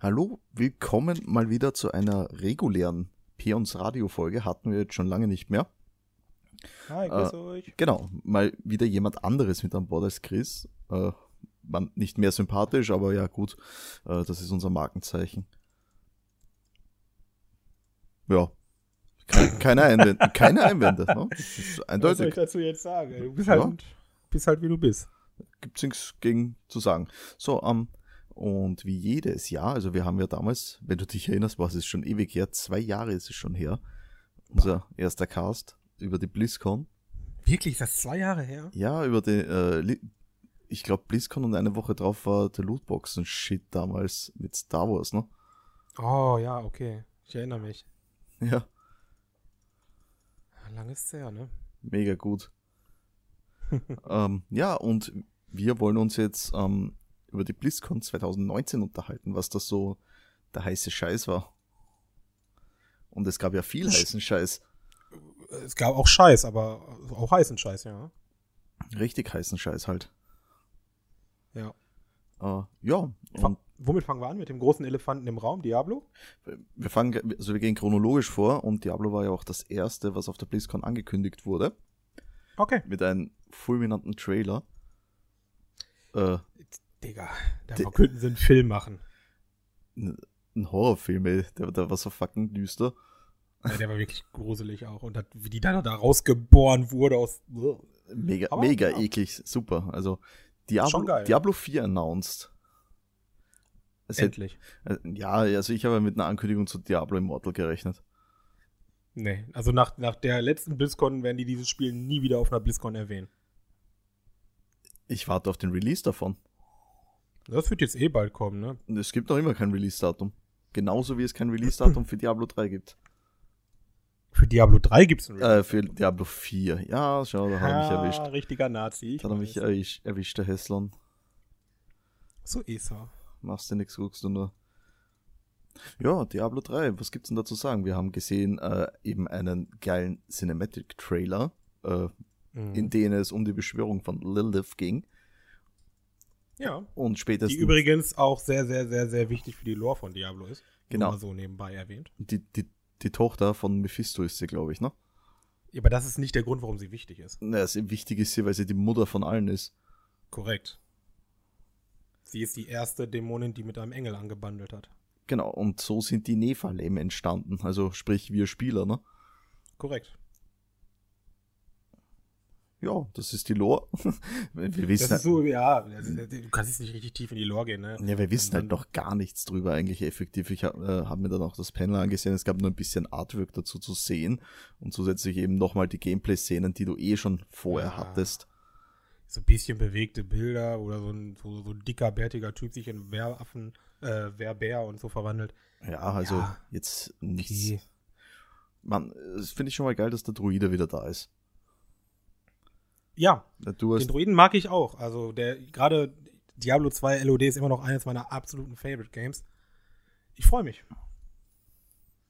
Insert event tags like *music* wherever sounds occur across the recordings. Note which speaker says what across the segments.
Speaker 1: Hallo, willkommen mal wieder zu einer regulären Peons Radio-Folge. Hatten wir jetzt schon lange nicht mehr.
Speaker 2: Hi, grüß euch.
Speaker 1: Genau, mal wieder jemand anderes mit an Bord als Chris. Äh, man, nicht mehr sympathisch, aber ja gut, äh, das ist unser Markenzeichen. Ja. Ke- Keine Einwände. Keine Einwände. Ne? Das ist
Speaker 2: Was soll ich
Speaker 1: eindeutig.
Speaker 2: dazu jetzt sagen? Du bist,
Speaker 1: Ja.
Speaker 2: halt, bist halt, wie du bist.
Speaker 1: Gibt's nichts gegen zu sagen. So, ähm, und wie jedes Jahr, also wir haben ja damals, wenn du dich erinnerst, war es schon ewig her, zwei Jahre ist es schon her, unser erster Cast über die BlizzCon.
Speaker 3: Wirklich, das ist zwei Jahre her?
Speaker 1: Ja, über die, äh, Li- ich glaube BlizzCon und eine Woche drauf war der Lootboxen-Shit damals mit Star Wars, ne? *laughs*
Speaker 3: Oh, ja, okay. Ich erinnere mich.
Speaker 1: Ja,
Speaker 3: Lang ist es her, ne?
Speaker 1: mega
Speaker 3: *laughs*
Speaker 1: gut. ähm, ja, und wir wollen uns jetzt ähm, über die BlizzCon 2019 unterhalten, was das so der heiße Scheiß war. Und es gab ja viel heißen Scheiß,
Speaker 3: Es gab auch Scheiß, aber auch heißen Scheiß, ja.
Speaker 1: richtig heißen Scheiß halt.
Speaker 3: Ja.
Speaker 1: Äh, ja, und
Speaker 3: Fa- Womit fangen wir an? Mit dem großen Elefanten im Raum, Diablo?
Speaker 1: wir fangen, ge- also wir gehen chronologisch vor und Diablo war ja auch das erste, was auf der BlizzCon angekündigt wurde.
Speaker 3: Okay.
Speaker 1: mit einem fulminanten Trailer. Äh,
Speaker 3: Digga, da
Speaker 1: Di-
Speaker 3: könnten sie einen Film machen.
Speaker 1: ein Horrorfilm, ey. Der, der war so fucking düster.
Speaker 3: Ja, der war wirklich gruselig auch. Und das, wie die dann da rausgeboren wurde aus.
Speaker 1: Mega,
Speaker 3: Aber,
Speaker 1: mega
Speaker 3: ja.
Speaker 1: eklig. Super. Also, Diablo,
Speaker 3: Schon geil.
Speaker 1: Diablo 4 announced. Es hätte,
Speaker 3: Endlich.
Speaker 1: äh, ja, also ich habe mit einer Ankündigung zu Diablo Immortal gerechnet.
Speaker 3: Nee, also nach, nach der letzten BlizzCon werden die dieses Spiel nie wieder auf einer BlizzCon erwähnen.
Speaker 1: Ich warte auf den Release davon.
Speaker 3: Das wird jetzt eh bald kommen, ne?
Speaker 1: Und es gibt noch immer kein Release-Datum. Genauso wie es kein Release-Datum für Diablo 3 gibt.
Speaker 3: Für Diablo 3 gibt's einen
Speaker 1: Äh, für Diablo 4. Ja, schau, da hat er mich erwischt.
Speaker 3: Ah, richtiger Nazi. ich
Speaker 1: Da hat er mich
Speaker 3: weiß.
Speaker 1: erwischt, erwischt der Hesslon.
Speaker 3: So ist er.
Speaker 1: Machst du nichts, guckst du nur. Ja, Diablo 3, was gibt's denn da zu sagen? Wir haben gesehen äh, eben einen geilen Cinematic-Trailer, äh,
Speaker 3: Mhm.
Speaker 1: in denen es um die Beschwörung von Lilith ging.
Speaker 3: ja.
Speaker 1: Und
Speaker 3: Die
Speaker 1: spätestens
Speaker 3: übrigens auch sehr, sehr, sehr, sehr wichtig für die Lore von Diablo ist. Nur
Speaker 1: Genau.
Speaker 3: Mal so nebenbei erwähnt.
Speaker 1: die, die, die Tochter von Mephisto ist sie, glaube ich, ne?
Speaker 3: Ja, aber das ist nicht der Grund, warum sie wichtig ist.
Speaker 1: Na, das wichtig ist sie, weil sie die Mutter von allen ist.
Speaker 3: Korrekt. Sie ist die erste Dämonin, die mit einem Engel angebandelt hat.
Speaker 1: Genau, und so sind die Nephalem entstanden. Also sprich, wir Spieler, ne?
Speaker 3: Korrekt.
Speaker 1: Ja, das ist die Lore. *laughs* wir wissen
Speaker 3: Das
Speaker 1: halt,
Speaker 3: ist so, ja, das ist- du kannst jetzt nicht richtig tief in die Lore gehen, ne?
Speaker 1: Ja, wir wissen halt
Speaker 3: Und dann-
Speaker 1: noch gar nichts drüber eigentlich effektiv. Ich habe äh, hab mir dann auch das Panel angesehen. Es gab nur ein bisschen Artwork dazu zu sehen und zusätzlich eben nochmal die Gameplay-Szenen, die du eh schon vorher
Speaker 3: Ja.
Speaker 1: hattest.
Speaker 3: So ein bisschen bewegte Bilder oder so ein, so, so ein dicker, bärtiger Typ sich in Wehraffen, äh, Wehrbär und so verwandelt.
Speaker 1: Ja, also
Speaker 3: Ja.
Speaker 1: jetzt nichts.
Speaker 3: Die-
Speaker 1: Mann, das finde ich schon mal geil, dass der Druide wieder da ist.
Speaker 3: Ja,
Speaker 1: Du
Speaker 3: Den
Speaker 1: hast,
Speaker 3: Druiden mag ich auch. Also der gerade Diablo 2 LOD ist immer noch eines meiner absoluten Favorite Games. Ich freue mich.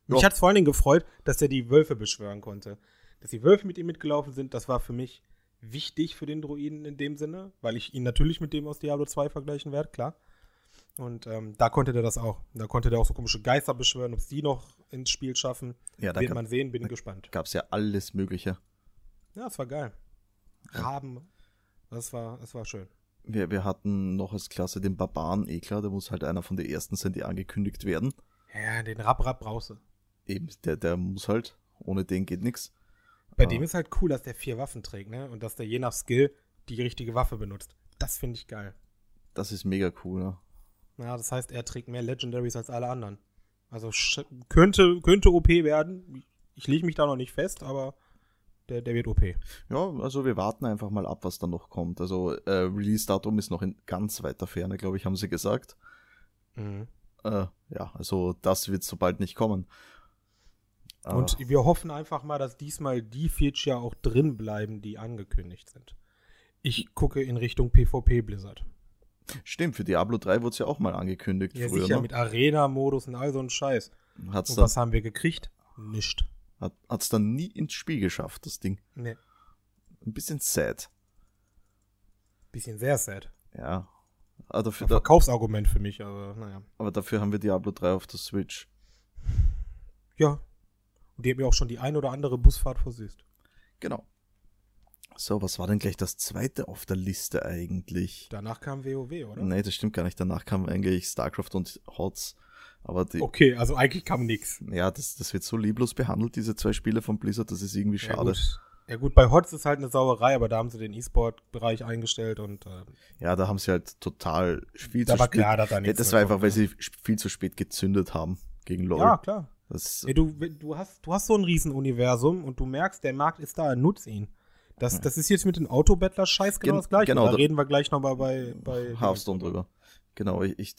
Speaker 3: Mich
Speaker 1: Ja.
Speaker 3: hat es vor allen Dingen gefreut, dass er die Wölfe beschwören konnte. Dass die Wölfe mit ihm mitgelaufen sind, das war für mich wichtig für den Druiden in dem Sinne, weil ich ihn natürlich mit dem aus Diablo 2 vergleichen werde, klar. Und ähm, da konnte der das auch. Da konnte der auch so komische Geister beschwören, ob es die noch ins Spiel schaffen.
Speaker 1: ja, da
Speaker 3: Wird
Speaker 1: gab,
Speaker 3: man sehen, bin
Speaker 1: da-
Speaker 3: gespannt.
Speaker 1: gab's ja alles Mögliche.
Speaker 3: Ja, das war geil. Raben. Das war, das war schön.
Speaker 1: Wir, wir hatten noch als Klasse den Barbaren, eh klar, der muss halt einer von den ersten sein, die angekündigt werden.
Speaker 3: Ja, den Rap-Rap brauchst du.
Speaker 1: Eben, der, der muss halt. Ohne den geht nichts.
Speaker 3: Bei
Speaker 1: Ah.
Speaker 3: dem ist halt cool, dass der vier Waffen trägt, ne? Und dass der je nach Skill die richtige Waffe benutzt. Das finde ich geil.
Speaker 1: Das ist mega cool, ne?
Speaker 3: Ja, das heißt, er trägt mehr Legendaries als alle anderen. Also sch- könnte, könnte OP werden. Ich lege mich da noch nicht fest, aber der, der wird OP.
Speaker 1: Ja, also wir warten einfach mal ab, was da noch kommt. Also äh, Release-Datum ist noch in ganz weiter Ferne, glaube ich, haben sie gesagt. Äh, ja, also das wird so bald nicht kommen. Äh,
Speaker 3: Und wir hoffen einfach mal, dass diesmal die Feature auch drin bleiben, die angekündigt sind. Ich gucke in Richtung PvP Blizzard.
Speaker 1: Ah, stimmt, für Diablo 3 wurde es ja auch mal angekündigt
Speaker 3: Ja,
Speaker 1: früher.
Speaker 3: sicher,
Speaker 1: ne?
Speaker 3: mit Arena-Modus und all so ein Scheiß.
Speaker 1: Hat's
Speaker 3: Und
Speaker 1: dann,
Speaker 3: was haben wir gekriegt? Nicht.
Speaker 1: hat, hat's dann nie ins Spiel geschafft, das Ding.
Speaker 3: Nee.
Speaker 1: Ein bisschen sad.
Speaker 3: Bisschen sehr sad.
Speaker 1: Ja. Ah,
Speaker 3: Ein
Speaker 1: dafür, da,
Speaker 3: Verkaufsargument für mich, aber naja.
Speaker 1: aber dafür haben wir Diablo 3 auf der Switch.
Speaker 3: Ja. Und die hat mir auch schon die ein oder andere Busfahrt versüßt.
Speaker 1: Genau. So, was war denn gleich das zweite auf der Liste eigentlich?
Speaker 3: Danach kam WoW, oder?
Speaker 1: Nee, das stimmt gar nicht. Danach kamen eigentlich StarCraft und HOTS. Aber die,
Speaker 3: Okay, also eigentlich kam nichts.
Speaker 1: ja, das, das wird so lieblos behandelt, diese zwei Spiele von Blizzard, das ist irgendwie
Speaker 3: Ja
Speaker 1: schade.
Speaker 3: gut. ja gut, bei Hotz ist halt eine Sauerei, aber da haben sie den E-Sport-Bereich eingestellt und äh,
Speaker 1: Ja, da haben sie halt total viel
Speaker 3: da
Speaker 1: zu
Speaker 3: war
Speaker 1: spät.
Speaker 3: klar, dass da
Speaker 1: Nee,
Speaker 3: nichts
Speaker 1: das
Speaker 3: mehr
Speaker 1: war einfach,
Speaker 3: kommt,
Speaker 1: weil
Speaker 3: ne?
Speaker 1: sie viel zu spät gezündet haben gegen LoL.
Speaker 3: Ja, klar.
Speaker 1: Das,
Speaker 3: Ey, du, du, hast, du hast so ein Riesenuniversum und du merkst, der Markt ist da, nutz ihn. Das, das ist jetzt mit den Autobettler-Scheiß genau
Speaker 1: Gen-
Speaker 3: das gleiche.
Speaker 1: genau,
Speaker 3: da
Speaker 1: da-
Speaker 3: reden wir gleich nochmal bei, bei
Speaker 1: Hearthstone drüber. Genau, ich, ich,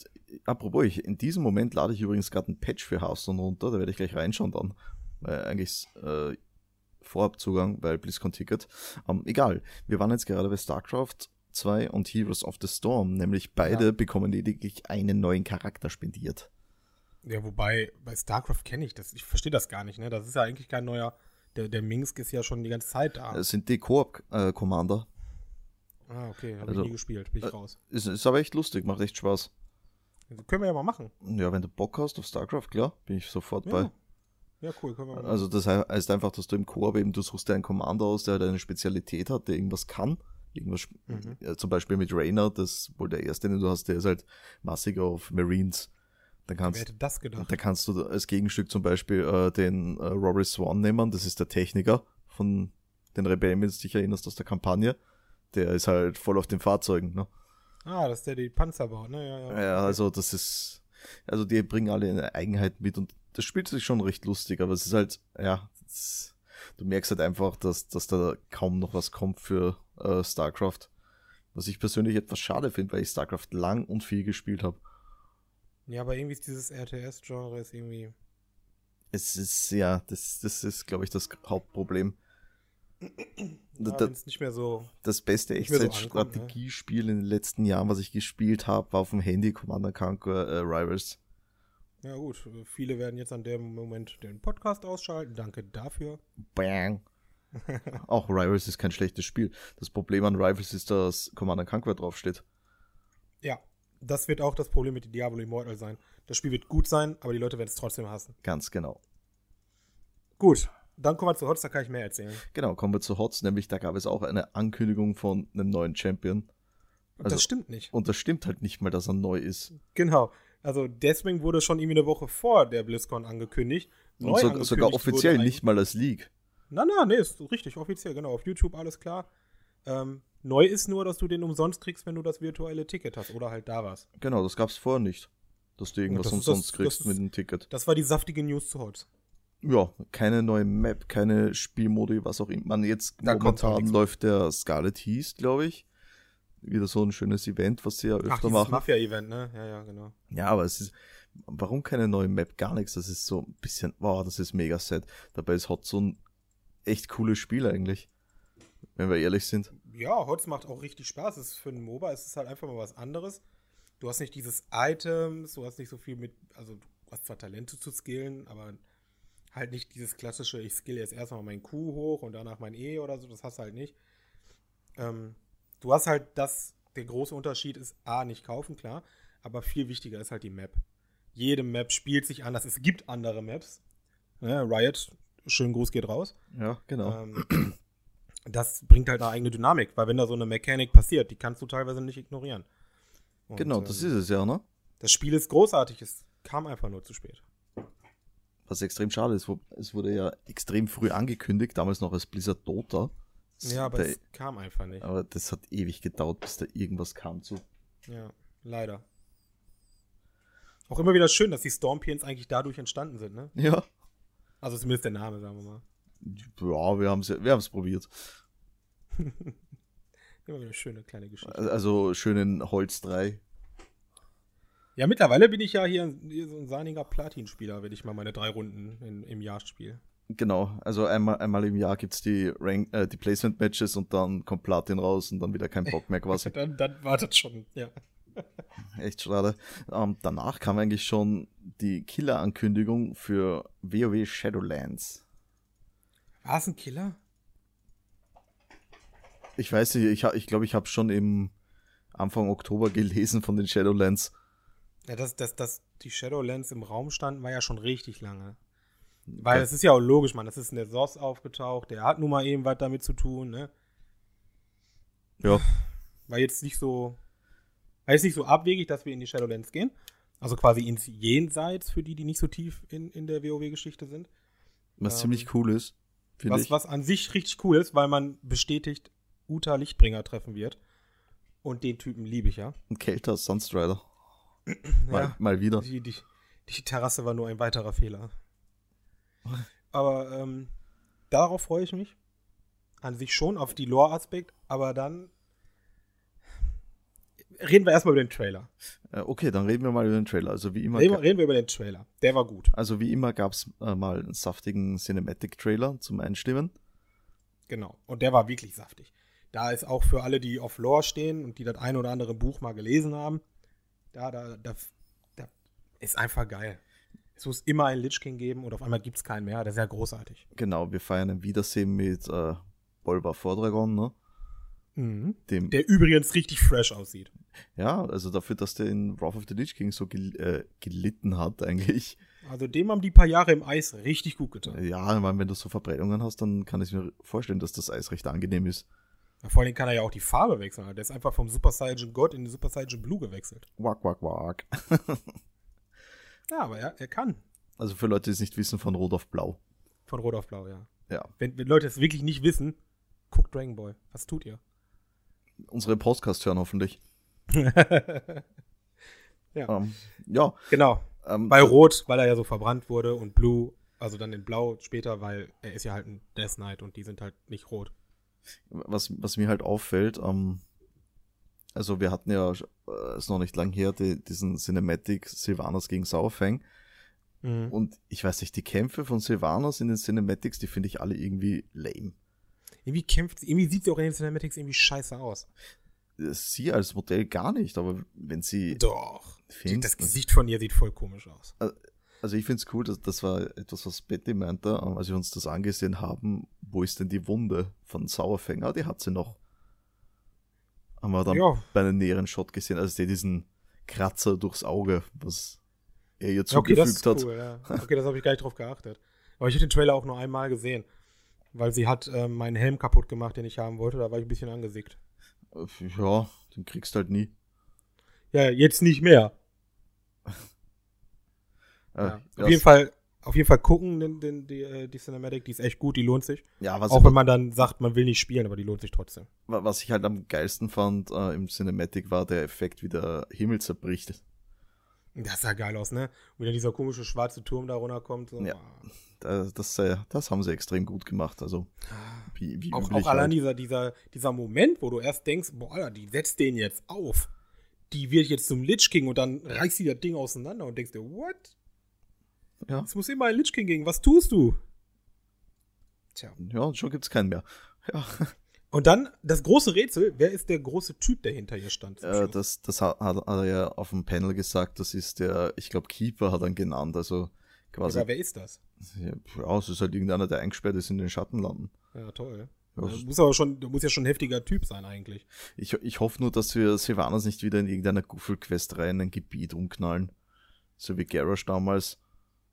Speaker 1: apropos, ich, in diesem Moment lade ich übrigens gerade einen Patch für Hearthstone runter, da werde ich gleich reinschauen dann. Weil eigentlich äh, Vorabzugang, weil BlizzCon-Ticket. Ähm, egal, wir waren jetzt gerade bei StarCraft 2 und Heroes of the Storm, nämlich beide
Speaker 3: Ja.
Speaker 1: bekommen lediglich einen neuen Charakter spendiert.
Speaker 3: Ja, wobei, bei StarCraft kenne ich das. Ich verstehe das gar nicht, ne? Das ist ja eigentlich kein neuer. Der, der Minsk ist ja schon die ganze Zeit da.
Speaker 1: Es sind die äh, Koop-Commander.
Speaker 3: ah, okay, habe
Speaker 1: also-
Speaker 3: ich nie gespielt, bin ich
Speaker 1: äh,
Speaker 3: raus.
Speaker 1: Ist, ist aber echt lustig, macht echt Spaß.
Speaker 3: Also, können wir ja mal machen.
Speaker 1: Ja, wenn du Bock hast auf StarCraft, klar, bin ich sofort
Speaker 3: Ja.
Speaker 1: bei.
Speaker 3: Ja, cool, können wir mal machen.
Speaker 1: Also das hei- heißt einfach, dass du im Koop eben, du suchst dir einen Commander aus, der halt eine Spezialität hat, der irgendwas kann. Irgendwas, sp-
Speaker 3: Mhm.
Speaker 1: ja, zum Beispiel mit Rainer, das wohl der erste, den du hast, der ist halt massiger auf Marines. Dann
Speaker 3: Wer
Speaker 1: kannst,
Speaker 3: hätte das gedacht?
Speaker 1: da kannst du als Gegenstück zum Beispiel äh, den äh, Rory Swan nehmen, das ist der Techniker von den Rebellen, wenn du dich erinnerst, aus der Kampagne. Der ist halt voll auf den Fahrzeugen. Ne?
Speaker 3: Ah, dass der die Panzer baut, ne? Ja, ja.
Speaker 1: Ja, also das ist, also die bringen alle eine Eigenheit mit und das spielt sich schon recht lustig, aber es ist halt, ja, es- du merkst halt einfach, dass, dass da kaum noch was kommt für äh, StarCraft. Was ich persönlich etwas schade finde, weil ich StarCraft lang und viel gespielt habe.
Speaker 3: ja, aber irgendwie ist dieses RTS-Genre ist irgendwie.
Speaker 1: Es ist, ja, das, das ist, glaube ich, das Hauptproblem. Da-
Speaker 3: Ja,
Speaker 1: da-
Speaker 3: Wenn es nicht mehr so.
Speaker 1: das beste
Speaker 3: Nicht mehr so ankommt,
Speaker 1: Echtzeitstrategiespiel in den letzten Jahren, was ich gespielt habe, war auf dem Handy Commander Conquer äh, Rivals.
Speaker 3: Ja, gut. Viele werden jetzt an dem Moment den Podcast ausschalten. Danke dafür. *laughs*
Speaker 1: Bang. Auch Rivals ist kein schlechtes Spiel. Das Problem an Rivals ist, dass Commander Conquer draufsteht.
Speaker 3: Ja, das wird auch das Problem mit Diablo Immortal sein. Das Spiel wird gut sein, aber die Leute werden es trotzdem hassen.
Speaker 1: Ganz genau.
Speaker 3: Gut, dann kommen wir zu Hotz, da kann ich mehr erzählen.
Speaker 1: Genau, kommen wir zu Hots, nämlich da gab es auch eine Ankündigung von einem neuen Champion.
Speaker 3: Und
Speaker 1: Also-
Speaker 3: das stimmt nicht.
Speaker 1: Und das stimmt halt nicht mal, dass er neu ist.
Speaker 3: Genau. Also deswegen wurde schon irgendwie eine Woche vor der BlizzCon angekündigt. Neu
Speaker 1: Und so,
Speaker 3: angekündigt
Speaker 1: sogar
Speaker 3: wurde
Speaker 1: offiziell
Speaker 3: ein-
Speaker 1: nicht mal als League.
Speaker 3: Nein, nein, nee, ist richtig, offiziell, genau. Auf YouTube alles klar. Ähm, neu ist nur, dass du den umsonst kriegst, wenn du das virtuelle Ticket hast oder halt da warst.
Speaker 1: Genau, das gab es vorher nicht. Dass du irgendwas
Speaker 3: das ist das-
Speaker 1: umsonst kriegst
Speaker 3: das ist-
Speaker 1: mit dem Ticket.
Speaker 3: Das war die saftige News zu Hotz.
Speaker 1: Ja, keine neue Map, keine Spielmodi, was auch immer. Man, jetzt
Speaker 3: Da kommt auch
Speaker 1: momentan
Speaker 3: nichts.
Speaker 1: läuft der Scarlet Heat, glaube ich. Wieder so ein schönes Event, was sie ja öfter
Speaker 3: Ach, dieses
Speaker 1: machen.
Speaker 3: Mafia-Event, ne? Ja, ja, genau.
Speaker 1: Ja, aber es ist, warum keine neue Map? Gar nichts. Das ist so ein bisschen, wow, das ist mega sad. Dabei ist Hot so ein echt cooles Spiel eigentlich. Wenn wir ehrlich sind.
Speaker 3: Ja, Hotz macht auch richtig Spaß. Es ist für einen MOBA es ist halt einfach mal was anderes. Du hast nicht dieses Items, du hast nicht so viel mit, also du hast zwar Talente zu skillen, aber halt nicht dieses klassische, ich skill jetzt erstmal mein Q hoch und danach mein E oder so, das hast du halt nicht. Ähm, du hast halt das, der große Unterschied ist A, nicht kaufen, klar, aber viel wichtiger ist halt die Map. Jede Map spielt sich anders. Es gibt andere Maps. Ne, Riot, schönen Gruß geht raus.
Speaker 1: Ja, genau.
Speaker 3: Ähm, das bringt halt eine eigene Dynamik, weil wenn da so eine Mechanik passiert, die kannst du teilweise nicht ignorieren. Und,
Speaker 1: genau,
Speaker 3: ähm,
Speaker 1: das ist es ja, ne?
Speaker 3: Das Spiel ist großartig, es kam einfach nur zu spät.
Speaker 1: Was extrem schade ist. wo- Es wurde ja extrem früh angekündigt, damals noch als Blizzard Dota. Das-
Speaker 3: Ja, aber
Speaker 1: der,
Speaker 3: es kam einfach nicht.
Speaker 1: aber das hat ewig gedauert, bis da irgendwas kam zu. *laughs*
Speaker 3: Ja, leider. Auch immer wieder schön, dass die Stormpions eigentlich dadurch entstanden sind, ne?
Speaker 1: Ja.
Speaker 3: Also zumindest der Name, sagen wir mal.
Speaker 1: Ja, wir haben es wir haben's probiert.
Speaker 3: Immer wieder schöne kleine Geschichte.
Speaker 1: Also schönen Holz 3.
Speaker 3: Ja, mittlerweile bin ich ja hier, hier so ein sahniger Platin-Spieler, wenn ich mal meine drei Runden in, im Jahr spiele.
Speaker 1: Genau, also einmal, einmal im Jahr gibt's die, Rank, äh, die Placement-Matches und dann kommt Platin raus und dann wieder kein Bock mehr
Speaker 3: *laughs*
Speaker 1: quasi.
Speaker 3: Dann, dann wartet schon, ja.
Speaker 1: Echt schade. Ähm, danach kam eigentlich schon die Killer-Ankündigung für WoW Shadowlands.
Speaker 3: War es ein Killer?
Speaker 1: Ich weiß nicht, ich, ha- ich glaube, ich habe schon im Anfang Oktober gelesen von den Shadowlands.
Speaker 3: Ja, dass das, das, die Shadowlands im Raum standen, war ja schon richtig lange. Weil es ist ja auch logisch, man, das ist in der Source aufgetaucht, der hat nun mal eben was damit zu tun, ne?
Speaker 1: Ja.
Speaker 3: War jetzt nicht so, war jetzt nicht so abwegig, dass wir in die Shadowlands gehen. Also quasi ins Jenseits für die, die nicht so tief in, in der WoW-Geschichte sind.
Speaker 1: Was
Speaker 3: Ähm,
Speaker 1: ziemlich cool ist, finde
Speaker 3: Was,
Speaker 1: ich.
Speaker 3: was an sich richtig cool ist, weil man bestätigt Uta Lichtbringer treffen wird. Und den Typen liebe ich ja.
Speaker 1: Ein Kelter
Speaker 3: *clears throat*
Speaker 1: Sunstrider. Mal,
Speaker 3: ja
Speaker 1: mal wieder.
Speaker 3: die, die, die Terrasse war nur ein weiterer Fehler. Aber ähm, darauf freue ich mich. An sich schon, auf die Lore-Aspekt. Aber dann reden wir erstmal über den Trailer.
Speaker 1: Äh, okay, dann reden wir mal über den Trailer. Also wie immer,
Speaker 3: Reden, wir- reden wir über den Trailer. Der war gut.
Speaker 1: also wie immer gab es äh, mal einen saftigen Cinematic-Trailer zum Einstimmen.
Speaker 3: Genau. Und der war wirklich saftig. Da ist auch für alle, die auf Lore stehen und die das ein oder andere Buch mal gelesen haben, da, da, da, da ist einfach geil. Es muss immer einen Lich King geben und auf einmal gibt es keinen mehr. Das ist ja großartig.
Speaker 1: Genau, wir feiern ein Wiedersehen mit äh, Bolba Vordragon, ne? Dem,
Speaker 3: Der übrigens richtig fresh aussieht.
Speaker 1: ja, also dafür, dass der in Wrath of the Lich King so gel äh, gelitten hat eigentlich.
Speaker 3: Also dem haben die paar Jahre im Eis richtig gut getan.
Speaker 1: Ja, ich meine, wenn du so Verbrennungen hast, dann kann ich mir vorstellen, dass das Eis recht angenehm ist.
Speaker 3: Ja, vor allem kann er ja auch die Farbe wechseln. Der ist einfach vom Super Saiyan God in den Super Saiyan Blue gewechselt.
Speaker 1: Wack, wack, wack.
Speaker 3: Ja, aber er, er kann.
Speaker 1: Also für Leute, die es nicht wissen, von Rot auf Blau.
Speaker 3: Von Rot auf Blau, ja.
Speaker 1: Ja.
Speaker 3: Wenn, wenn Leute es wirklich nicht wissen, guckt Dragon Ball. Was tut ihr?
Speaker 1: Unsere Podcast hören hoffentlich.
Speaker 3: *laughs* ja.
Speaker 1: Ähm, ja,
Speaker 3: Genau.
Speaker 1: ähm,
Speaker 3: Bei Rot, weil er ja so verbrannt wurde und Blue, also dann in Blau später, weil er ist ja halt ein Death Knight und die sind halt nicht rot.
Speaker 1: was, was mir halt auffällt, ähm, also wir hatten ja, äh, ist noch nicht lang her, die, diesen Cinematic Sylvanas gegen Sauerfang. Und ich weiß nicht, die Kämpfe von Sylvanas in den Cinematics, die finde ich alle irgendwie lame.
Speaker 3: Irgendwie kämpft, irgendwie sieht sie auch in den Cinematics irgendwie scheiße aus.
Speaker 1: Sie als Modell gar nicht, aber wenn sie.
Speaker 3: Doch. Die,
Speaker 1: Findest
Speaker 3: das
Speaker 1: du?
Speaker 3: Gesicht von ihr sieht voll komisch aus.
Speaker 1: Also ich finde es cool, dass, das war etwas, was Betty meinte, ähm, als wir uns das angesehen haben, wo ist denn die Wunde von Sauerfang? Ah, die hat sie noch. Haben wir dann
Speaker 3: Ja.
Speaker 1: bei einem näheren Shot gesehen, als der diesen Kratzer durchs Auge, was er ihr
Speaker 3: Ja, okay,
Speaker 1: zugefügt
Speaker 3: das ist
Speaker 1: hat.
Speaker 3: cool, ja. Okay, das habe ich gar nicht drauf geachtet. Aber ich habe den Trailer auch nur einmal gesehen. Weil sie hat ähm, meinen Helm kaputt gemacht, den ich haben wollte. Da war ich ein bisschen angesickt.
Speaker 1: Äh, Ja, den kriegst du halt nie.
Speaker 3: Ja, jetzt nicht mehr.
Speaker 1: Äh,
Speaker 3: ja.
Speaker 1: ja,
Speaker 3: Auf jeden Fall, auf jeden Fall gucken den, den, die, äh, die Cinematic, die ist echt gut, die lohnt sich.
Speaker 1: Ja, was,
Speaker 3: auch wenn man dann sagt, man will nicht spielen, aber die lohnt sich trotzdem.
Speaker 1: wa- was ich halt am geilsten fand äh, im Cinematic war der Effekt, wie der Himmel zerbricht.
Speaker 3: Das sah geil aus, ne? Und dann dieser komische schwarze Turm da runterkommt. So.
Speaker 1: Ja. Das, das, sei- das haben sie extrem gut gemacht. Also,
Speaker 3: Ah.
Speaker 1: wie, wie
Speaker 3: Auch,
Speaker 1: üblich
Speaker 3: auch allein
Speaker 1: halt.
Speaker 3: dieser, dieser, dieser Moment, wo du erst denkst, boah, Alter, die setzt den jetzt auf. Die wird jetzt zum Lich King und dann reißt sie das Ding auseinander und denkst dir, what?
Speaker 1: Ja.
Speaker 3: Es muss immer ein Lich King gegen, was tust du? Tja.
Speaker 1: halt. Ja, und schon gibt's keinen mehr. Ja,
Speaker 3: Und dann das große Rätsel, wer ist der große Typ, der hinter ihr stand? zum
Speaker 1: äh,
Speaker 3: Schluss?
Speaker 1: das, das hat, hat hat er ja auf dem Panel gesagt, das ist der, ich glaube, Keeper hat er ihn genannt. Also quasi,
Speaker 3: Oder wer ist das?
Speaker 1: ja, ja, es ist halt irgendeiner, der eingesperrt ist in den Schattenlanden.
Speaker 3: Ja, toll.
Speaker 1: Ja,
Speaker 3: Ja,
Speaker 1: das-
Speaker 3: muss aber schon, der muss ja schon ein heftiger Typ sein eigentlich.
Speaker 1: Ich, ich hoffe nur, dass wir Sylvanas nicht wieder in irgendeiner Guffelquest rein in ein Gebiet umknallen. So wie Garrosh damals.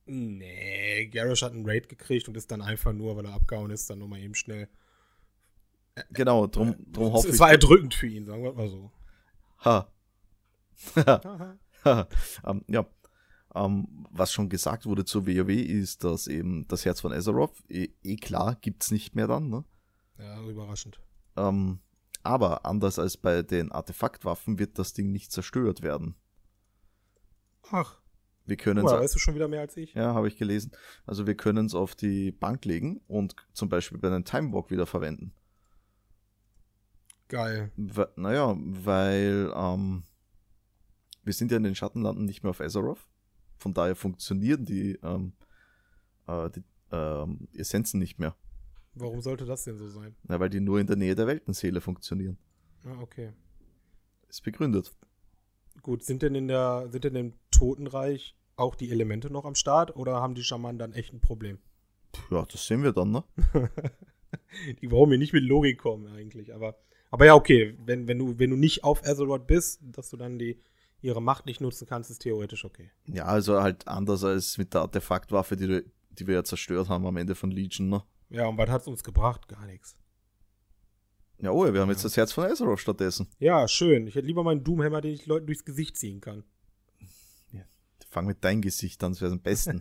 Speaker 3: Nee, Garrosh hat einen Raid gekriegt und ist dann einfach nur, weil er abgehauen ist, dann nochmal eben schnell.
Speaker 1: Genau, drum, drum
Speaker 3: Es,
Speaker 1: hoffe
Speaker 3: es
Speaker 1: ich.
Speaker 3: war erdrückend für ihn, sagen wir mal so.
Speaker 1: Ha.
Speaker 3: Haha.
Speaker 1: ähm, ja. Ähm, was schon gesagt wurde zu WoW ist, dass eben das Herz von Azeroth, eh, eh klar, gibt's nicht mehr dann, ne?
Speaker 3: ja, überraschend.
Speaker 1: Ähm, aber anders als bei den Artefaktwaffen wird das Ding nicht zerstört werden.
Speaker 3: Ach,
Speaker 1: Wir können
Speaker 3: guck mal,
Speaker 1: es,
Speaker 3: weißt du schon wieder mehr als ich?
Speaker 1: ja, habe ich gelesen. Also wir können es auf die Bank legen und zum Beispiel bei einem Timewalk wieder verwenden.
Speaker 3: Geil.
Speaker 1: We- naja, weil ähm, wir sind ja in den Schattenlanden nicht mehr auf Azeroth. Von daher funktionieren die, ähm, äh, die ähm, Essenzen nicht mehr.
Speaker 3: Warum sollte das denn so sein?
Speaker 1: Na, weil die nur in der Nähe der Weltenseele funktionieren.
Speaker 3: Ah, okay.
Speaker 1: Ist begründet.
Speaker 3: Gut, sind denn in der, sind denn im Totenreich auch die Elemente noch am Start oder haben die Schamanen dann echt ein Problem? *laughs*
Speaker 1: Puh, Ja, das sehen wir dann, ne?
Speaker 3: Die brauchen mir nicht mit Logik kommen eigentlich, aber Aber ja, okay, wenn, wenn, du, wenn du nicht auf Azeroth bist, dass du dann die, ihre Macht nicht nutzen kannst, ist theoretisch okay.
Speaker 1: Ja, also halt anders als mit der Artefaktwaffe, die, du- die wir ja zerstört haben am Ende von Legion, ne?
Speaker 3: Ja, und was hat's uns gebracht? Gar nichts.
Speaker 1: Ja, oh, wir haben jetzt das Herz von Azeroth stattdessen.
Speaker 3: Ja, schön. Ich hätte lieber meinen Doomhammer, den ich Leuten durchs Gesicht ziehen kann.
Speaker 1: Fang mit deinem Gesicht an, das wäre am besten.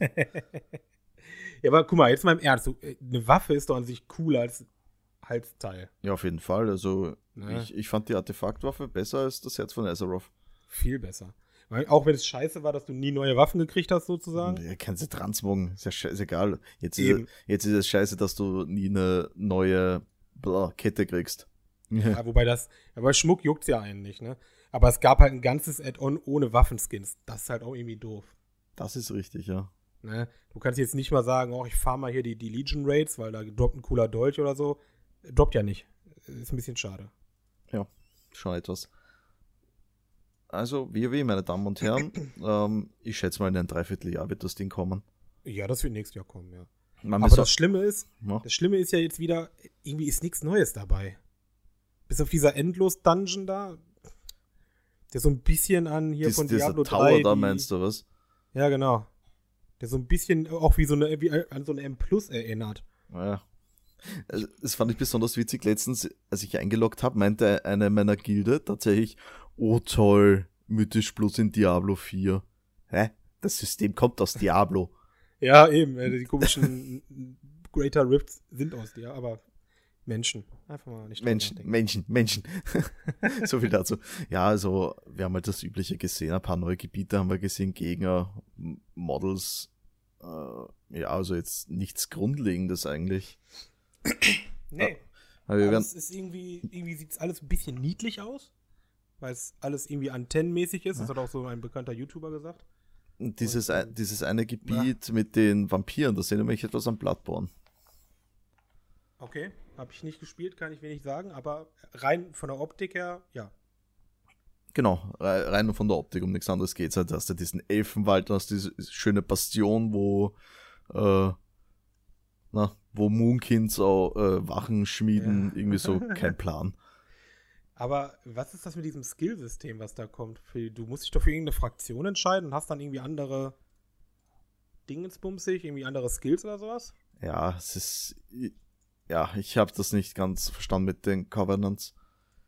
Speaker 3: Ja, aber guck mal, jetzt mal im Ernst. so, äh, Eine Waffe ist doch an sich cooler als Halsteil.
Speaker 1: ja, auf jeden Fall. Also,
Speaker 3: Ne?
Speaker 1: ich, ich fand die Artefaktwaffe besser als das Herz von Azeroth.
Speaker 3: Viel besser. Weil auch wenn es scheiße war, dass du nie neue Waffen gekriegt hast, sozusagen.
Speaker 1: Ja, kannst du transmogen, ist ja scheißegal. Jetzt
Speaker 3: Eben.
Speaker 1: ist, jetzt ist es scheiße, dass du nie eine neue bla, Kette kriegst. Ja.
Speaker 3: Ja, wobei das, aber Schmuck juckt's ja einen nicht, ne? Aber es gab halt ein ganzes Add-on ohne Waffenskins. Das ist halt auch irgendwie doof.
Speaker 1: Das ist richtig, ja.
Speaker 3: Ne? Du kannst jetzt nicht mal sagen, oh, ich fahre mal hier die, die Legion Raids, weil da droppt ein cooler Dolch oder so. Droppt ja nicht. Ist ein bisschen schade.
Speaker 1: Schon etwas. Also, WoW, meine Damen und
Speaker 3: *clears throat*
Speaker 1: Herren, ähm, ich schätze mal, in ein Dreivierteljahr wird das Ding kommen.
Speaker 3: Ja, das wird nächstes Jahr kommen, ja.
Speaker 1: Man
Speaker 3: Aber
Speaker 1: muss
Speaker 3: das Schlimme ist,
Speaker 1: auch- ne? ja.
Speaker 3: das Schlimme ist ja jetzt wieder, irgendwie ist nichts Neues dabei. Bis auf dieser Endlos-Dungeon da, der so ein bisschen an hier
Speaker 1: Dies,
Speaker 3: von
Speaker 1: dieser
Speaker 3: Diablo
Speaker 1: Tower
Speaker 3: 3.
Speaker 1: da
Speaker 3: die-
Speaker 1: meinst du was?
Speaker 3: Ja, genau. Der so ein bisschen auch wie so eine, wie äh, an so eine M Plus erinnert.
Speaker 1: Ja. Also, Das fand ich besonders witzig. Letztens, als ich eingeloggt habe, meinte eine meiner Gilde tatsächlich, oh toll, mythisch plus in Diablo 4. Hä? Das System kommt aus Diablo.
Speaker 3: Ja, eben. äh, Die *laughs* komischen Greater Rifts sind aus dir, aber Menschen. Einfach mal nicht drüber
Speaker 1: Menschen,
Speaker 3: nachdenken.
Speaker 1: Menschen, Menschen. *laughs* so viel dazu. Ja, also wir haben halt das Übliche gesehen. Ein paar neue Gebiete haben wir gesehen, Gegner, M- Models. Äh, ja, also jetzt nichts Grundlegendes eigentlich.
Speaker 3: Nee,
Speaker 1: Aber wir
Speaker 3: aber
Speaker 1: werden,
Speaker 3: es ist irgendwie, irgendwie sieht es alles ein bisschen niedlich aus, weil es alles irgendwie antennenmäßig ist. Das hat auch so ein bekannter YouTuber gesagt.
Speaker 1: dieses, ein- dieses eine Gebiet mit den Vampiren, das erinnert mich etwas an Bloodborne.
Speaker 3: Okay, habe ich nicht gespielt, kann ich wenig sagen, aber rein von der Optik her, ja.
Speaker 1: Genau, rei- rein von der Optik, um nichts anderes geht's halt. Hast du diesen Elfenwald, hast diese schöne Bastion, wo, äh, na, wo Moonkinds auch äh, Wachen schmieden,
Speaker 3: Ja.
Speaker 1: irgendwie
Speaker 3: *laughs*
Speaker 1: so, kein Plan.
Speaker 3: Aber was ist das mit diesem Skillsystem, was da kommt? Für- Du musst dich doch für irgendeine Fraktion entscheiden und hast dann irgendwie andere Dingensbumsig, irgendwie andere Skills oder sowas?
Speaker 1: Ja, es ist, ja, ich habe das nicht ganz verstanden mit den Covenants.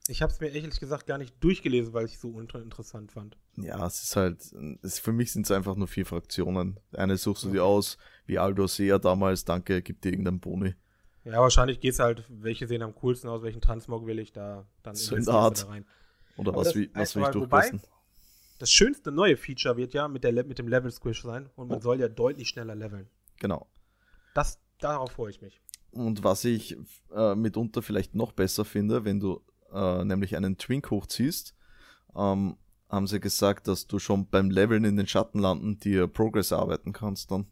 Speaker 3: Ich habe es mir ehrlich gesagt gar nicht durchgelesen, weil ich es so uninteressant fand.
Speaker 1: Ja, es ist halt, es, für mich sind es einfach nur vier Fraktionen. Eine suchst du dir aus, wie Aldo Sea damals, danke, gib dir irgendeinen Boni.
Speaker 3: Ja, wahrscheinlich geht's halt, welche sehen am coolsten aus, welchen Transmog will ich da dann
Speaker 1: So in
Speaker 3: investierst
Speaker 1: der
Speaker 3: du
Speaker 1: Art.
Speaker 3: da rein.
Speaker 1: Oder
Speaker 3: Aber
Speaker 1: was,
Speaker 3: das-
Speaker 1: will- was will ich
Speaker 3: aber wobei-
Speaker 1: durchkosten?
Speaker 3: Das schönste neue Feature wird ja mit, der, Le- mit dem Level Squish sein und man
Speaker 1: Oh.
Speaker 3: soll ja deutlich schneller leveln.
Speaker 1: Genau.
Speaker 3: Das, darauf freue ich mich.
Speaker 1: Und was ich äh, mitunter vielleicht noch besser finde, wenn du äh, nämlich einen Twink hochziehst, ähm, haben sie gesagt, dass du schon beim Leveln in den Schattenlanden dir Progress arbeiten kannst dann.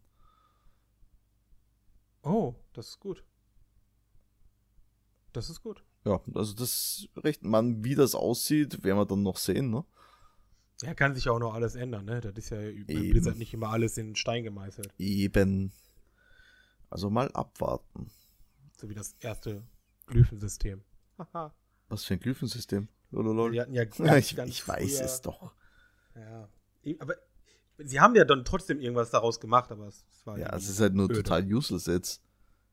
Speaker 3: Oh, das ist gut. Das ist gut.
Speaker 1: Ja, also das ist recht, man, wie das aussieht, werden wir dann noch sehen, ne?
Speaker 3: Ja, kann sich ja auch noch alles ändern, ne? Das ist ja bei
Speaker 1: Eben.
Speaker 3: Blizzard nicht immer alles in Stein gemeißelt,
Speaker 1: Eben. Also mal abwarten.
Speaker 3: so wie das erste Glyphensystem. Haha.
Speaker 1: Was für ein Glyphensystem. Lololol. *laughs*
Speaker 3: Die hatten ja
Speaker 1: ich, ich weiß
Speaker 3: früher-
Speaker 1: es doch.
Speaker 3: Ja. I- Aber sie haben ja dann trotzdem irgendwas daraus gemacht, aber es es war
Speaker 1: Ja, es
Speaker 3: irgendwie-
Speaker 1: ist halt nur
Speaker 3: Blöd.
Speaker 1: total useless jetzt.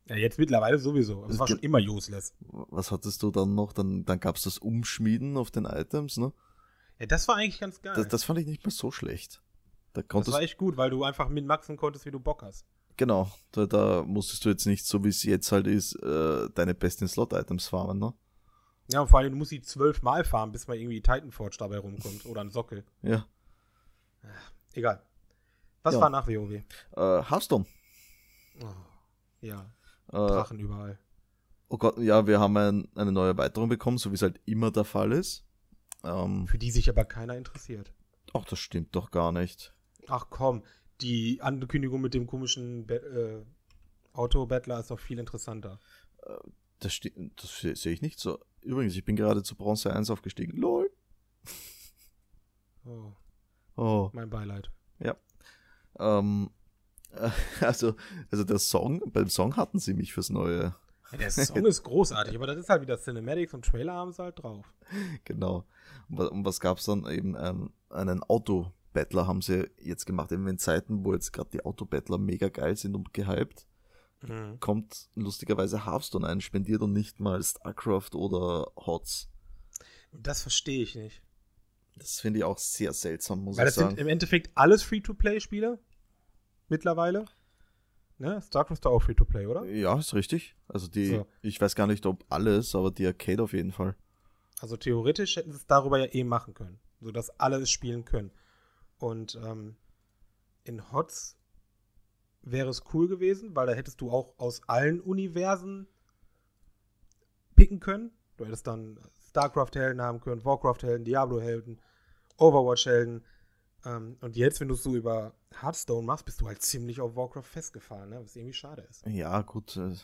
Speaker 3: ja jetzt mittlerweile sowieso. Aber
Speaker 1: Es
Speaker 3: es war schon
Speaker 1: gibt-
Speaker 3: immer useless.
Speaker 1: Was hattest du dann noch? Dann, dann gab's das Umschmieden auf den Items, ne?
Speaker 3: Ja, das war eigentlich ganz geil.
Speaker 1: Das, das fand ich nicht mal so schlecht. Da
Speaker 3: Das
Speaker 1: konntest
Speaker 3: war echt gut, weil du einfach min maxen konntest, wie du Bock hast.
Speaker 1: genau, da, da musstest du jetzt nicht, so wie es jetzt halt ist, äh, deine besten Slot-Items farmen, ne?
Speaker 3: Ja, und vor allem, du musst sie zwölfmal fahren, bis mal irgendwie Titanforge dabei rumkommt oder ein Sockel.
Speaker 1: Ja.
Speaker 3: Egal. Was
Speaker 1: Ja.
Speaker 3: war nach WoW?
Speaker 1: Äh, Hearthstone.
Speaker 3: Oh, ja,
Speaker 1: Äh,
Speaker 3: Drachen überall.
Speaker 1: oh Gott, ja, wir haben ein, eine neue Erweiterung bekommen, so wie es halt immer der Fall ist. Ähm,
Speaker 3: Für die sich aber keiner interessiert.
Speaker 1: ach, das stimmt doch gar nicht.
Speaker 3: Ach komm, die Ankündigung mit dem komischen Be äh, Auto-Battler ist doch viel interessanter.
Speaker 1: Das, sti- das se- sehe ich nicht so. Übrigens, ich bin gerade zu Bronze 1 aufgestiegen. LOL.
Speaker 3: Oh,
Speaker 1: Oh.
Speaker 3: mein Beileid.
Speaker 1: *laughs* Ähm, äh, also, also der Song, beim Song hatten sie mich fürs neue *laughs*
Speaker 3: Ja, der Song ist großartig, aber das ist halt wieder Cinematics und Trailer haben sie halt drauf.
Speaker 1: Genau. Und was, und was gab's dann eben? Ähm, einen Auto-Battler haben sie jetzt gemacht, eben in Zeiten, wo jetzt gerade die Auto-Battler mega geil sind und gehypt.
Speaker 3: Mhm.
Speaker 1: Kommt lustigerweise Hearthstone ein, spendiert und nicht mal StarCraft oder HOTS.
Speaker 3: Das verstehe ich nicht.
Speaker 1: Das finde ich auch sehr seltsam, muss
Speaker 3: Weil
Speaker 1: ich
Speaker 3: das sind
Speaker 1: sagen.
Speaker 3: im Endeffekt alles Free-to-Play-Spiele mittlerweile. Ne? StarCraft ist doch auch Free-to-Play, oder?
Speaker 1: Ja, ist richtig. Also die,
Speaker 3: So.
Speaker 1: ich weiß gar nicht, ob alles, aber die Arcade auf jeden Fall.
Speaker 3: Also theoretisch hätten sie es darüber ja eh machen können, sodass alle es spielen können. Und ähm, in HOTS wäre es cool gewesen, weil da hättest du auch aus allen Universen picken können. Du hättest dann StarCraft-Helden haben können, Warcraft-Helden, Diablo-Helden, Overwatch-Helden. Ähm, und jetzt, wenn du es so über Hearthstone machst, bist du halt ziemlich auf Warcraft festgefahren, ne? was irgendwie schade ist.
Speaker 1: Ja, gut. äh,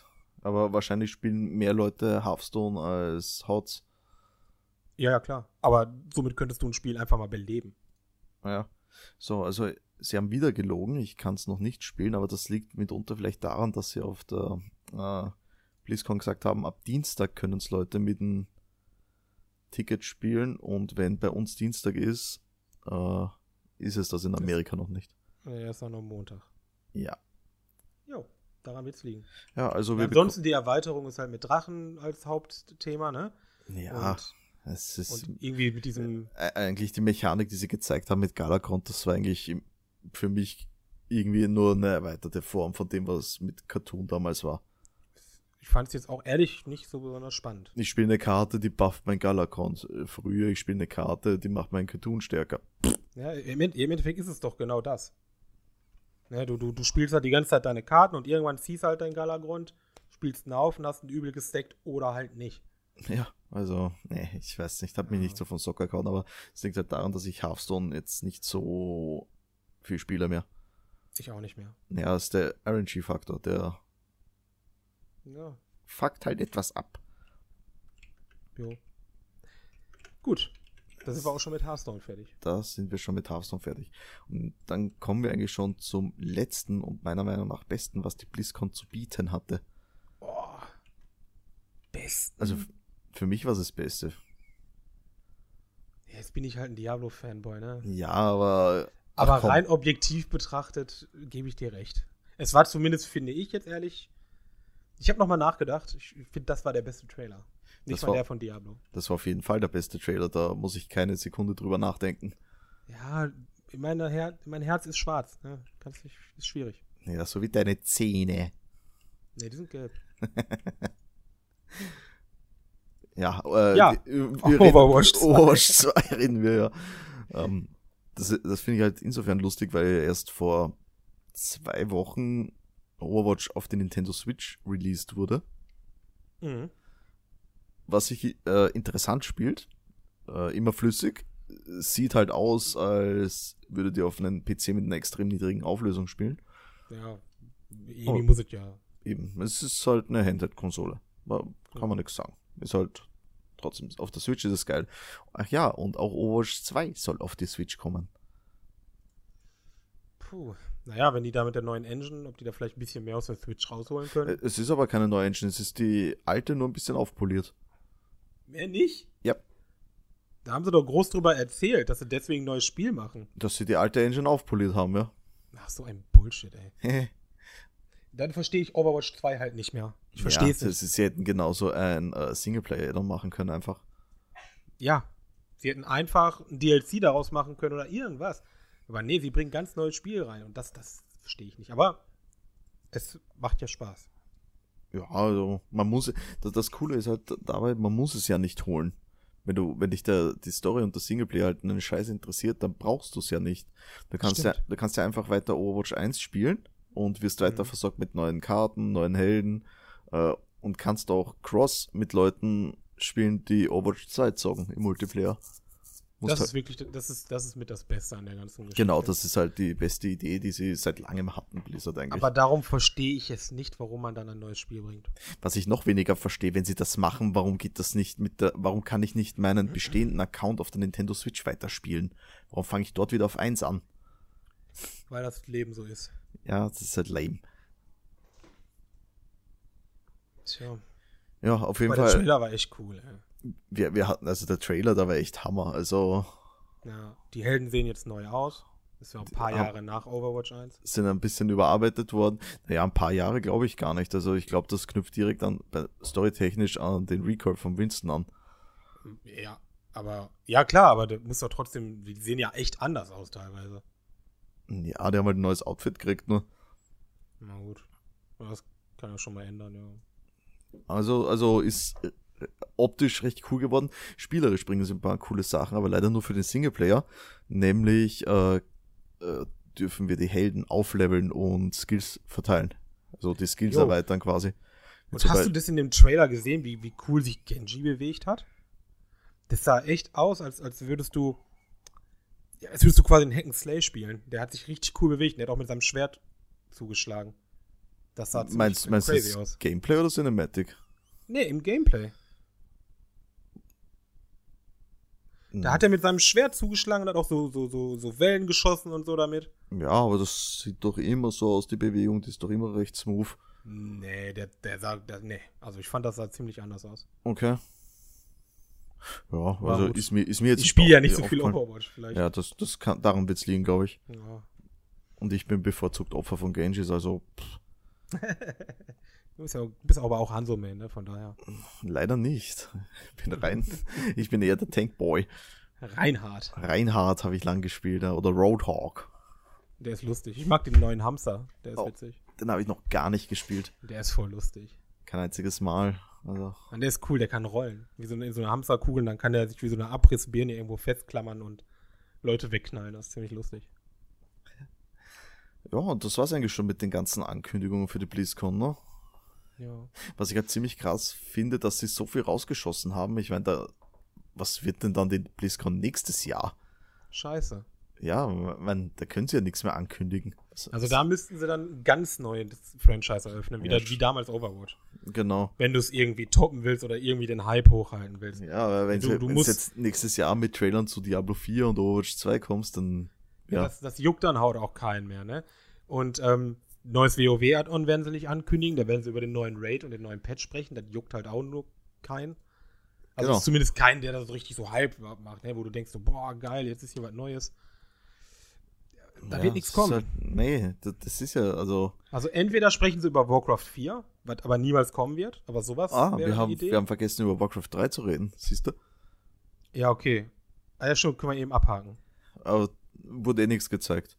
Speaker 1: Aber wahrscheinlich spielen mehr Leute Hearthstone als HOTS.
Speaker 3: Ja, ja, klar. Aber somit könntest du ein Spiel einfach mal beleben.
Speaker 1: Ja. So, also sie haben wieder gelogen. Ich kann es noch nicht spielen, aber das liegt mitunter vielleicht daran, dass sie auf der äh, BlizzCon gesagt haben, ab Dienstag können es Leute mit einem Ticket spielen und wenn bei uns Dienstag ist, äh, ist es das in Amerika noch nicht.
Speaker 3: Ja, ist auch noch Montag.
Speaker 1: Ja.
Speaker 3: Jo, daran wird's liegen.
Speaker 1: Ja, also
Speaker 3: Ja,
Speaker 1: wir
Speaker 3: ansonsten die Erweiterung ist halt mit Drachen als Hauptthema, ne?
Speaker 1: beko- Ja,
Speaker 3: Und,
Speaker 1: es ist
Speaker 3: und irgendwie mit diesem.
Speaker 1: Ä- eigentlich die Mechanik, die sie gezeigt haben mit Galakont, das war eigentlich im- für mich irgendwie nur eine erweiterte Form von dem, was mit Cartoon damals war.
Speaker 3: Ich fand es jetzt auch ehrlich nicht so besonders spannend.
Speaker 1: Ich spiele eine Karte, die bufft mein Galakont. Äh, Früher, ich spiele eine Karte, die macht meinen Cartoon stärker.
Speaker 3: Ja, im, End- Im Endeffekt ist es doch genau das. Ne, du, du, du spielst halt die ganze Zeit deine Karten und irgendwann ziehst halt deinen Galagrund, spielst ihn auf und hast ihn übel gesteckt oder halt nicht.
Speaker 1: Ja, also, nee, ich weiß nicht, habe mich
Speaker 3: Ja.
Speaker 1: nicht so von Soccer gehauen, aber es liegt halt daran, dass ich Hearthstone jetzt nicht so viel spiele mehr.
Speaker 3: Ich auch nicht mehr.
Speaker 1: Ja, ist der RNG-Faktor, der
Speaker 3: Ja,
Speaker 1: fuckt halt etwas ab.
Speaker 3: jo. Gut. Da sind wir auch schon mit Hearthstone fertig.
Speaker 1: da sind wir schon mit Hearthstone fertig. Und dann kommen wir eigentlich schon zum letzten und meiner Meinung nach besten, was die BlizzCon zu bieten hatte.
Speaker 3: Boah. Best.
Speaker 1: Also f- für mich war es das Beste.
Speaker 3: Jetzt bin ich halt ein Diablo-Fanboy, ne?
Speaker 1: Ja, aber. ach
Speaker 3: Aber
Speaker 1: komm,
Speaker 3: rein objektiv betrachtet gebe ich dir recht. Es war zumindest, finde ich jetzt ehrlich, ich habe nochmal nachgedacht. Ich finde, das war der beste Trailer. Nicht
Speaker 1: Das
Speaker 3: mal
Speaker 1: war-
Speaker 3: der von Diablo.
Speaker 1: Das war auf jeden Fall der beste Trailer, da muss ich keine Sekunde drüber nachdenken.
Speaker 3: Ja, mein, Her mein Herz ist schwarz. Ne? Kannst nicht, ist schwierig.
Speaker 1: Ja, so wie deine Zähne.
Speaker 3: Ne, die sind gelb.
Speaker 1: Ja, äh,
Speaker 3: Ja,
Speaker 1: die- äh, wir
Speaker 3: Overwatch 2.
Speaker 1: reden, *laughs* Overwatch 2 reden wir ja. Ähm, das das finde ich halt insofern lustig, weil ja erst vor zwei Wochen Overwatch auf den Nintendo Switch released wurde.
Speaker 3: Mhm.
Speaker 1: was sich äh, interessant spielt, äh, immer flüssig, äh, sieht halt aus, als würdet ihr auf einem PC mit einer extrem niedrigen Auflösung spielen.
Speaker 3: Ja, irgendwie
Speaker 1: Oh.
Speaker 3: muss es ja.
Speaker 1: Eben, es ist halt eine Handheld-Konsole. Wa- Kann man nichts sagen. Ist halt trotzdem, auf der Switch ist es geil. Ach ja, und auch Overwatch 2 soll auf die Switch kommen.
Speaker 3: Puh. Naja, wenn die da mit der neuen Engine, ob die da vielleicht ein bisschen mehr aus der Switch rausholen
Speaker 1: Äh,
Speaker 3: können.
Speaker 1: Es ist aber keine neue Engine, es ist die alte nur ein bisschen aufpoliert.
Speaker 3: Mehr nicht?
Speaker 1: Äh. Ja.
Speaker 3: Da haben sie doch groß drüber erzählt, dass sie deswegen ein neues Spiel machen.
Speaker 1: Dass sie die alte Engine aufpoliert haben, ja.
Speaker 3: Ach, so ein Bullshit, ey. Dann verstehe ich Overwatch 2 halt nicht mehr. *laughs* Ich verstehe es
Speaker 1: ja,
Speaker 3: nicht.
Speaker 1: sie, sie hätten genauso ein äh, Singleplayer machen können, einfach.
Speaker 3: Ja, sie hätten einfach ein DLC daraus machen können oder irgendwas. Aber nee, sie bringen ganz neues Spiel rein und das, das verstehe ich nicht. Aber es macht ja Spaß.
Speaker 1: Ja, also man muss, das, das Coole ist halt dabei, man muss es ja nicht holen. Wenn du, wenn dich der, die Story und der Singleplayer halt einen Scheiß interessiert, dann brauchst du es ja nicht. Du kannst ja,
Speaker 3: Stimmt.
Speaker 1: du kannst ja einfach weiter Overwatch 1 spielen und wirst weiter
Speaker 3: Mhm.
Speaker 1: versorgt mit neuen Karten, neuen Helden äh, und kannst auch Cross mit Leuten spielen, die Overwatch 2 zocken im Multiplayer. Musst
Speaker 3: das
Speaker 1: halt,
Speaker 3: ist wirklich, das ist, das ist mit das Beste an der ganzen Geschichte.
Speaker 1: genau, das ist halt die beste Idee, die sie seit langem hatten, Blizzard eigentlich.
Speaker 3: Aber darum verstehe ich es nicht, warum man dann ein neues Spiel bringt.
Speaker 1: Was ich noch weniger verstehe, wenn sie das machen, warum geht das nicht mit der, warum kann ich nicht
Speaker 3: Mhm.
Speaker 1: meinen bestehenden Account auf der Nintendo Switch weiterspielen? Warum fange ich dort wieder auf 1 an?
Speaker 3: Weil das Leben so ist.
Speaker 1: Ja, das ist halt lame.
Speaker 3: Tja.
Speaker 1: Ja, auf jeden
Speaker 3: Aber der
Speaker 1: Fall.
Speaker 3: Trailer war echt cool. ey.
Speaker 1: Wir, wir hatten, also der Trailer, da war echt Hammer. Also
Speaker 3: Ja, die Helden sehen jetzt neu aus. Das ist ja ein paar
Speaker 1: Ah.
Speaker 3: Jahre nach Overwatch 1.
Speaker 1: sind ein bisschen überarbeitet worden. Naja, ein paar Jahre glaube ich gar nicht. Also ich glaube, das knüpft direkt an, bei- storytechnisch an den Recall von Winston an.
Speaker 3: Ja, aber ja klar, aber du musst doch trotzdem, die sehen ja echt anders aus teilweise.
Speaker 1: Ja, die haben halt ein neues Outfit gekriegt nur.
Speaker 3: Na gut. Aber Das kann ja schon mal ändern, ja.
Speaker 1: Also, also ist äh, optisch recht cool geworden. Spielerisch bringen sie ein paar coole Sachen, aber leider nur für den Singleplayer. Nämlich äh, äh, dürfen wir die Helden aufleveln und Skills verteilen. Also die Skills
Speaker 3: Jo.
Speaker 1: erweitern quasi.
Speaker 3: Und
Speaker 1: Sobald-
Speaker 3: hast du das in dem Trailer gesehen, wie, wie cool sich Genji bewegt hat? Das sah echt aus, als, als würdest du. Ja, als würdest du quasi einen Hack and Slay spielen. Der hat sich richtig cool bewegt. und Der hat auch mit seinem Schwert zugeschlagen. Das sah ziemlich
Speaker 1: meinst meinst du
Speaker 3: crazy
Speaker 1: das
Speaker 3: aus.
Speaker 1: Gameplay oder Cinematic?
Speaker 3: Nee, im Gameplay.
Speaker 1: Hm.
Speaker 3: Da hat er mit seinem Schwert zugeschlagen und hat auch so, so, so, so Wellen geschossen und so damit.
Speaker 1: Ja, aber das sieht doch immer so aus, die Bewegung, die ist doch immer recht smooth.
Speaker 3: Nee, der, der sah, der, nee. Also ich fand, das sah ziemlich anders aus.
Speaker 1: Okay. Ja,
Speaker 3: War
Speaker 1: also
Speaker 3: gut.
Speaker 1: ist mir, ist mir jetzt.
Speaker 3: Ich spiele ja nicht so
Speaker 1: auch
Speaker 3: viel
Speaker 1: gefallen.
Speaker 3: Overwatch vielleicht.
Speaker 1: Ja, das, das kann, daran wird's liegen, glaube ich.
Speaker 3: Ja.
Speaker 1: Und ich bin bevorzugt Opfer von Genjis, also pff,
Speaker 3: Du bist, ja, bist aber auch Hanzo-Man, ne? Von daher.
Speaker 1: leider nicht. *laughs* Ich bin rein, ich bin eher der Tankboy.
Speaker 3: Reinhard.
Speaker 1: Reinhard habe ich lang gespielt, ja, oder Roadhog.
Speaker 3: Der ist lustig. Ich mag den neuen Hamster. Der ist
Speaker 1: Oh.
Speaker 3: witzig.
Speaker 1: Den habe ich noch gar nicht gespielt.
Speaker 3: Der ist voll lustig.
Speaker 1: Kein einziges Mal. Also,
Speaker 3: Und der ist cool, der kann rollen. Wie so eine, in so eine Hamsterkugel. Und dann kann der sich wie so eine Abrissbirne irgendwo festklammern und Leute wegknallen. Das ist ziemlich lustig.
Speaker 1: ja, und das war's eigentlich schon mit den ganzen Ankündigungen für die BlizzCon, ne?
Speaker 3: Ja.
Speaker 1: Was ich halt ziemlich krass finde, dass sie so viel rausgeschossen haben. Ich meine, da, was wird denn dann die BlizzCon nächstes Jahr?
Speaker 3: Scheiße.
Speaker 1: Ja, man, da können sie ja nichts mehr ankündigen.
Speaker 3: Also da müssten sie dann ein ganz neues Franchise eröffnen. Wieder
Speaker 1: Ja.
Speaker 3: wie damals Overwatch.
Speaker 1: Genau.
Speaker 3: Wenn du es irgendwie toppen willst oder irgendwie den Hype hochhalten willst.
Speaker 1: Ja, aber wenn
Speaker 3: Du-
Speaker 1: du,
Speaker 3: du
Speaker 1: wenn
Speaker 3: musst-
Speaker 1: jetzt nächstes Jahr mit Trailern zu Diablo 4 und Overwatch 2 kommst, dann.
Speaker 3: Ja.
Speaker 1: Ja,
Speaker 3: Das, das juckt dann haut auch keinen mehr, ne? Und ähm, neues WoW-Add-on werden sie nicht ankündigen, da werden sie über den neuen Raid und den neuen Patch sprechen, das juckt halt auch nur keinen. Also
Speaker 1: Genau.
Speaker 3: ist zumindest keinen, der das so richtig so Hype macht, ne? wo du denkst so, boah, geil, jetzt ist hier was Neues. Da
Speaker 1: ja,
Speaker 3: wird nichts
Speaker 1: das ist
Speaker 3: kommen.
Speaker 1: Halt, nee, das, das ist ja, also.
Speaker 3: Also entweder sprechen sie über Warcraft 4, was aber niemals kommen wird, aber sowas
Speaker 1: Ah,
Speaker 3: wäre
Speaker 1: wir
Speaker 3: die
Speaker 1: haben,
Speaker 3: Idee.
Speaker 1: wir haben vergessen, über Warcraft 3 zu reden, siehst du?
Speaker 3: ja, okay. Ah, ja, schon, können wir eben abhaken.
Speaker 1: Aber wurde eh nichts gezeigt.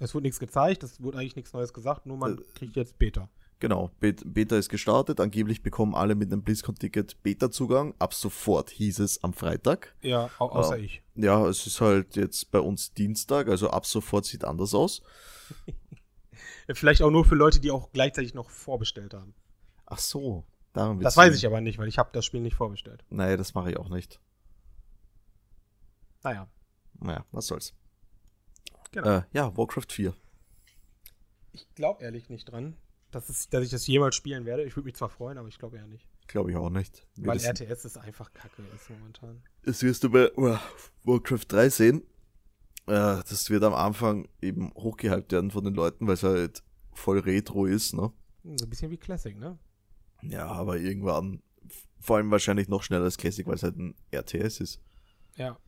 Speaker 3: Es wurde nichts gezeigt, es wurde eigentlich nichts Neues gesagt, nur
Speaker 1: Äh.
Speaker 3: man kriegt jetzt Beta.
Speaker 1: Genau, Bet- Beta ist gestartet. Angeblich bekommen alle mit einem BlizzCon-Ticket Beta-Zugang. Ab sofort hieß es am Freitag.
Speaker 3: Ja, au außer
Speaker 1: Ja.
Speaker 3: ich.
Speaker 1: Ja, es ist halt jetzt bei uns Dienstag, also ab sofort sieht anders aus.
Speaker 3: Vielleicht auch nur für Leute, die auch gleichzeitig noch vorbestellt haben.
Speaker 1: Ach so, darum
Speaker 3: Das weiß ich aber nicht, weil ich habe das Spiel nicht vorbestellt.
Speaker 1: Nein, das mache ich auch nicht.
Speaker 3: Naja,
Speaker 1: Naja, was soll's.
Speaker 3: genau.
Speaker 1: Äh, ja, Warcraft 4.
Speaker 3: Ich glaube ehrlich nicht dran, dass, es, dass ich das jemals spielen werde. Ich würde mich zwar freuen, aber ich glaube eher nicht.
Speaker 1: Glaube ich auch nicht. Wir
Speaker 3: Weil
Speaker 1: wissen-
Speaker 3: RTS ist einfach kacke ist momentan.
Speaker 1: das wirst du bei uh, Warcraft 3 sehen. Äh, das wird am Anfang eben hochgehypt werden von den Leuten, weil es halt voll Retro ist, ne?
Speaker 3: Hm, So ein bisschen wie Classic, ne?
Speaker 1: Ja, aber irgendwann, vor allem wahrscheinlich noch schneller als Classic, weil es halt ein RTS ist.
Speaker 3: Ja.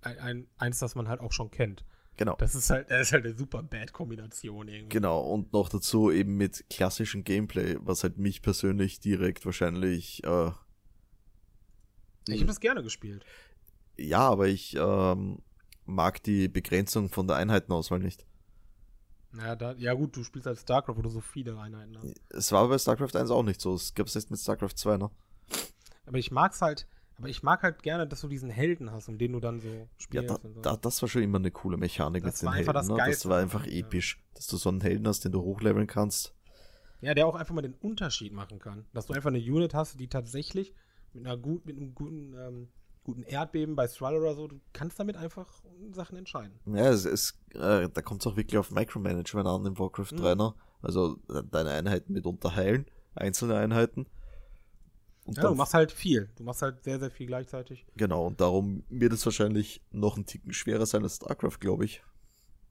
Speaker 3: Ein, ein, eins, das man halt auch schon kennt.
Speaker 1: Genau.
Speaker 3: Das ist halt, das ist halt eine super Bad-Kombination irgendwie.
Speaker 1: Genau, und noch dazu eben mit klassischem Gameplay, was halt mich persönlich direkt wahrscheinlich, äh,
Speaker 3: Ich habe das gerne gespielt.
Speaker 1: ja, aber ich ähm, mag die Begrenzung von der Einheitenauswahl nicht.
Speaker 3: Naja, da, ja gut, du spielst halt StarCraft, wo du so viele Einheiten hast.
Speaker 1: Es war bei StarCraft 1 auch nicht so, es gab es erst mit StarCraft 2, ne?
Speaker 3: Aber ich mag's halt, aber ich mag halt gerne, dass du diesen Helden hast, um den du dann so
Speaker 1: Ja,
Speaker 3: spielst.
Speaker 1: da,
Speaker 3: und so.
Speaker 1: da, das war schon immer eine coole Mechanik
Speaker 3: Das
Speaker 1: mit den
Speaker 3: war
Speaker 1: Helden,
Speaker 3: einfach das
Speaker 1: ne? Das
Speaker 3: Geilste
Speaker 1: war
Speaker 3: daran,
Speaker 1: einfach
Speaker 3: ja.
Speaker 1: episch, dass du so einen Helden hast, den du hochleveln kannst.
Speaker 3: Ja, der auch einfach mal den Unterschied machen kann. Dass du einfach eine Unit hast, die tatsächlich mit einer gut, mit einem guten, ähm, guten Erdbeben bei Thrall oder so, du kannst damit einfach Sachen entscheiden.
Speaker 1: Ja, es, es äh, da kommt es auch wirklich auf Micromanagement an in Warcraft
Speaker 3: Mhm.
Speaker 1: 3, ne? Also de- deine Einheiten mit unterheilen, einzelne Einheiten. Und
Speaker 3: Ja, du machst halt viel. Du machst halt sehr, sehr viel gleichzeitig.
Speaker 1: Genau, und darum wird es wahrscheinlich noch ein Ticken schwerer sein als StarCraft, glaube ich.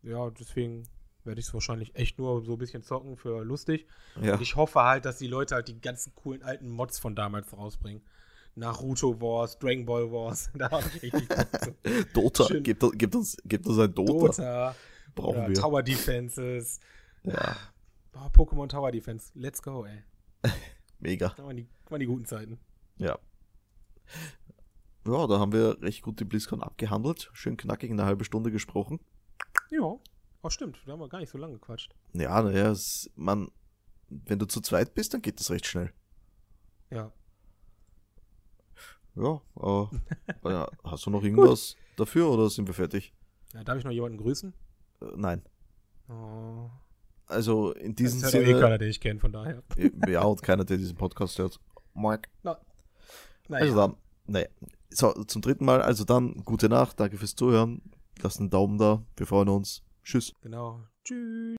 Speaker 3: Ja, deswegen werde ich es wahrscheinlich echt nur so ein bisschen zocken für lustig.
Speaker 1: Ja.
Speaker 3: Und ich hoffe halt, dass die Leute halt die ganzen coolen alten Mods von damals rausbringen. Naruto Wars, Dragon Ball Wars, *laughs* da habe ich richtig Bock zu.
Speaker 1: *laughs* Dota,
Speaker 3: Schön.
Speaker 1: gebt, uns- gebt, uns, gebt uns ein Dota.
Speaker 3: Dota
Speaker 1: Oh, Brauchen
Speaker 3: oder
Speaker 1: wir.
Speaker 3: Tower Defenses.
Speaker 1: Ja,
Speaker 3: Oh, Pokémon Tower Defense, let's go, ey.
Speaker 1: mega.
Speaker 3: Das waren die, das waren die guten Zeiten.
Speaker 1: Ja. Ja, da haben wir recht gut die BlizzCon abgehandelt. Schön knackig, eine halbe Stunde gesprochen.
Speaker 3: Ja, auch stimmt, da haben wir gar nicht so lange gequatscht.
Speaker 1: Ja, naja, es- man, wenn du zu zweit bist, dann geht das recht schnell.
Speaker 3: Ja,
Speaker 1: Ja, äh,
Speaker 3: *laughs*
Speaker 1: ja, hast du noch irgendwas dafür oder sind wir fertig?
Speaker 3: ja darf ich noch jemanden grüßen?
Speaker 1: Äh, nein.
Speaker 3: Oh.
Speaker 1: Also in diesem
Speaker 3: das ist ja eh
Speaker 1: Sinne.
Speaker 3: keiner, den ich kenne, von daher.
Speaker 1: ja, und keiner, der diesen Podcast hört. Mark.
Speaker 3: Naja,
Speaker 1: Also dann, naja. So, zum dritten Mal, also dann, gute Nacht, danke fürs Zuhören. Lasst einen Daumen da, wir freuen uns. Tschüss.
Speaker 3: genau. Tschüss.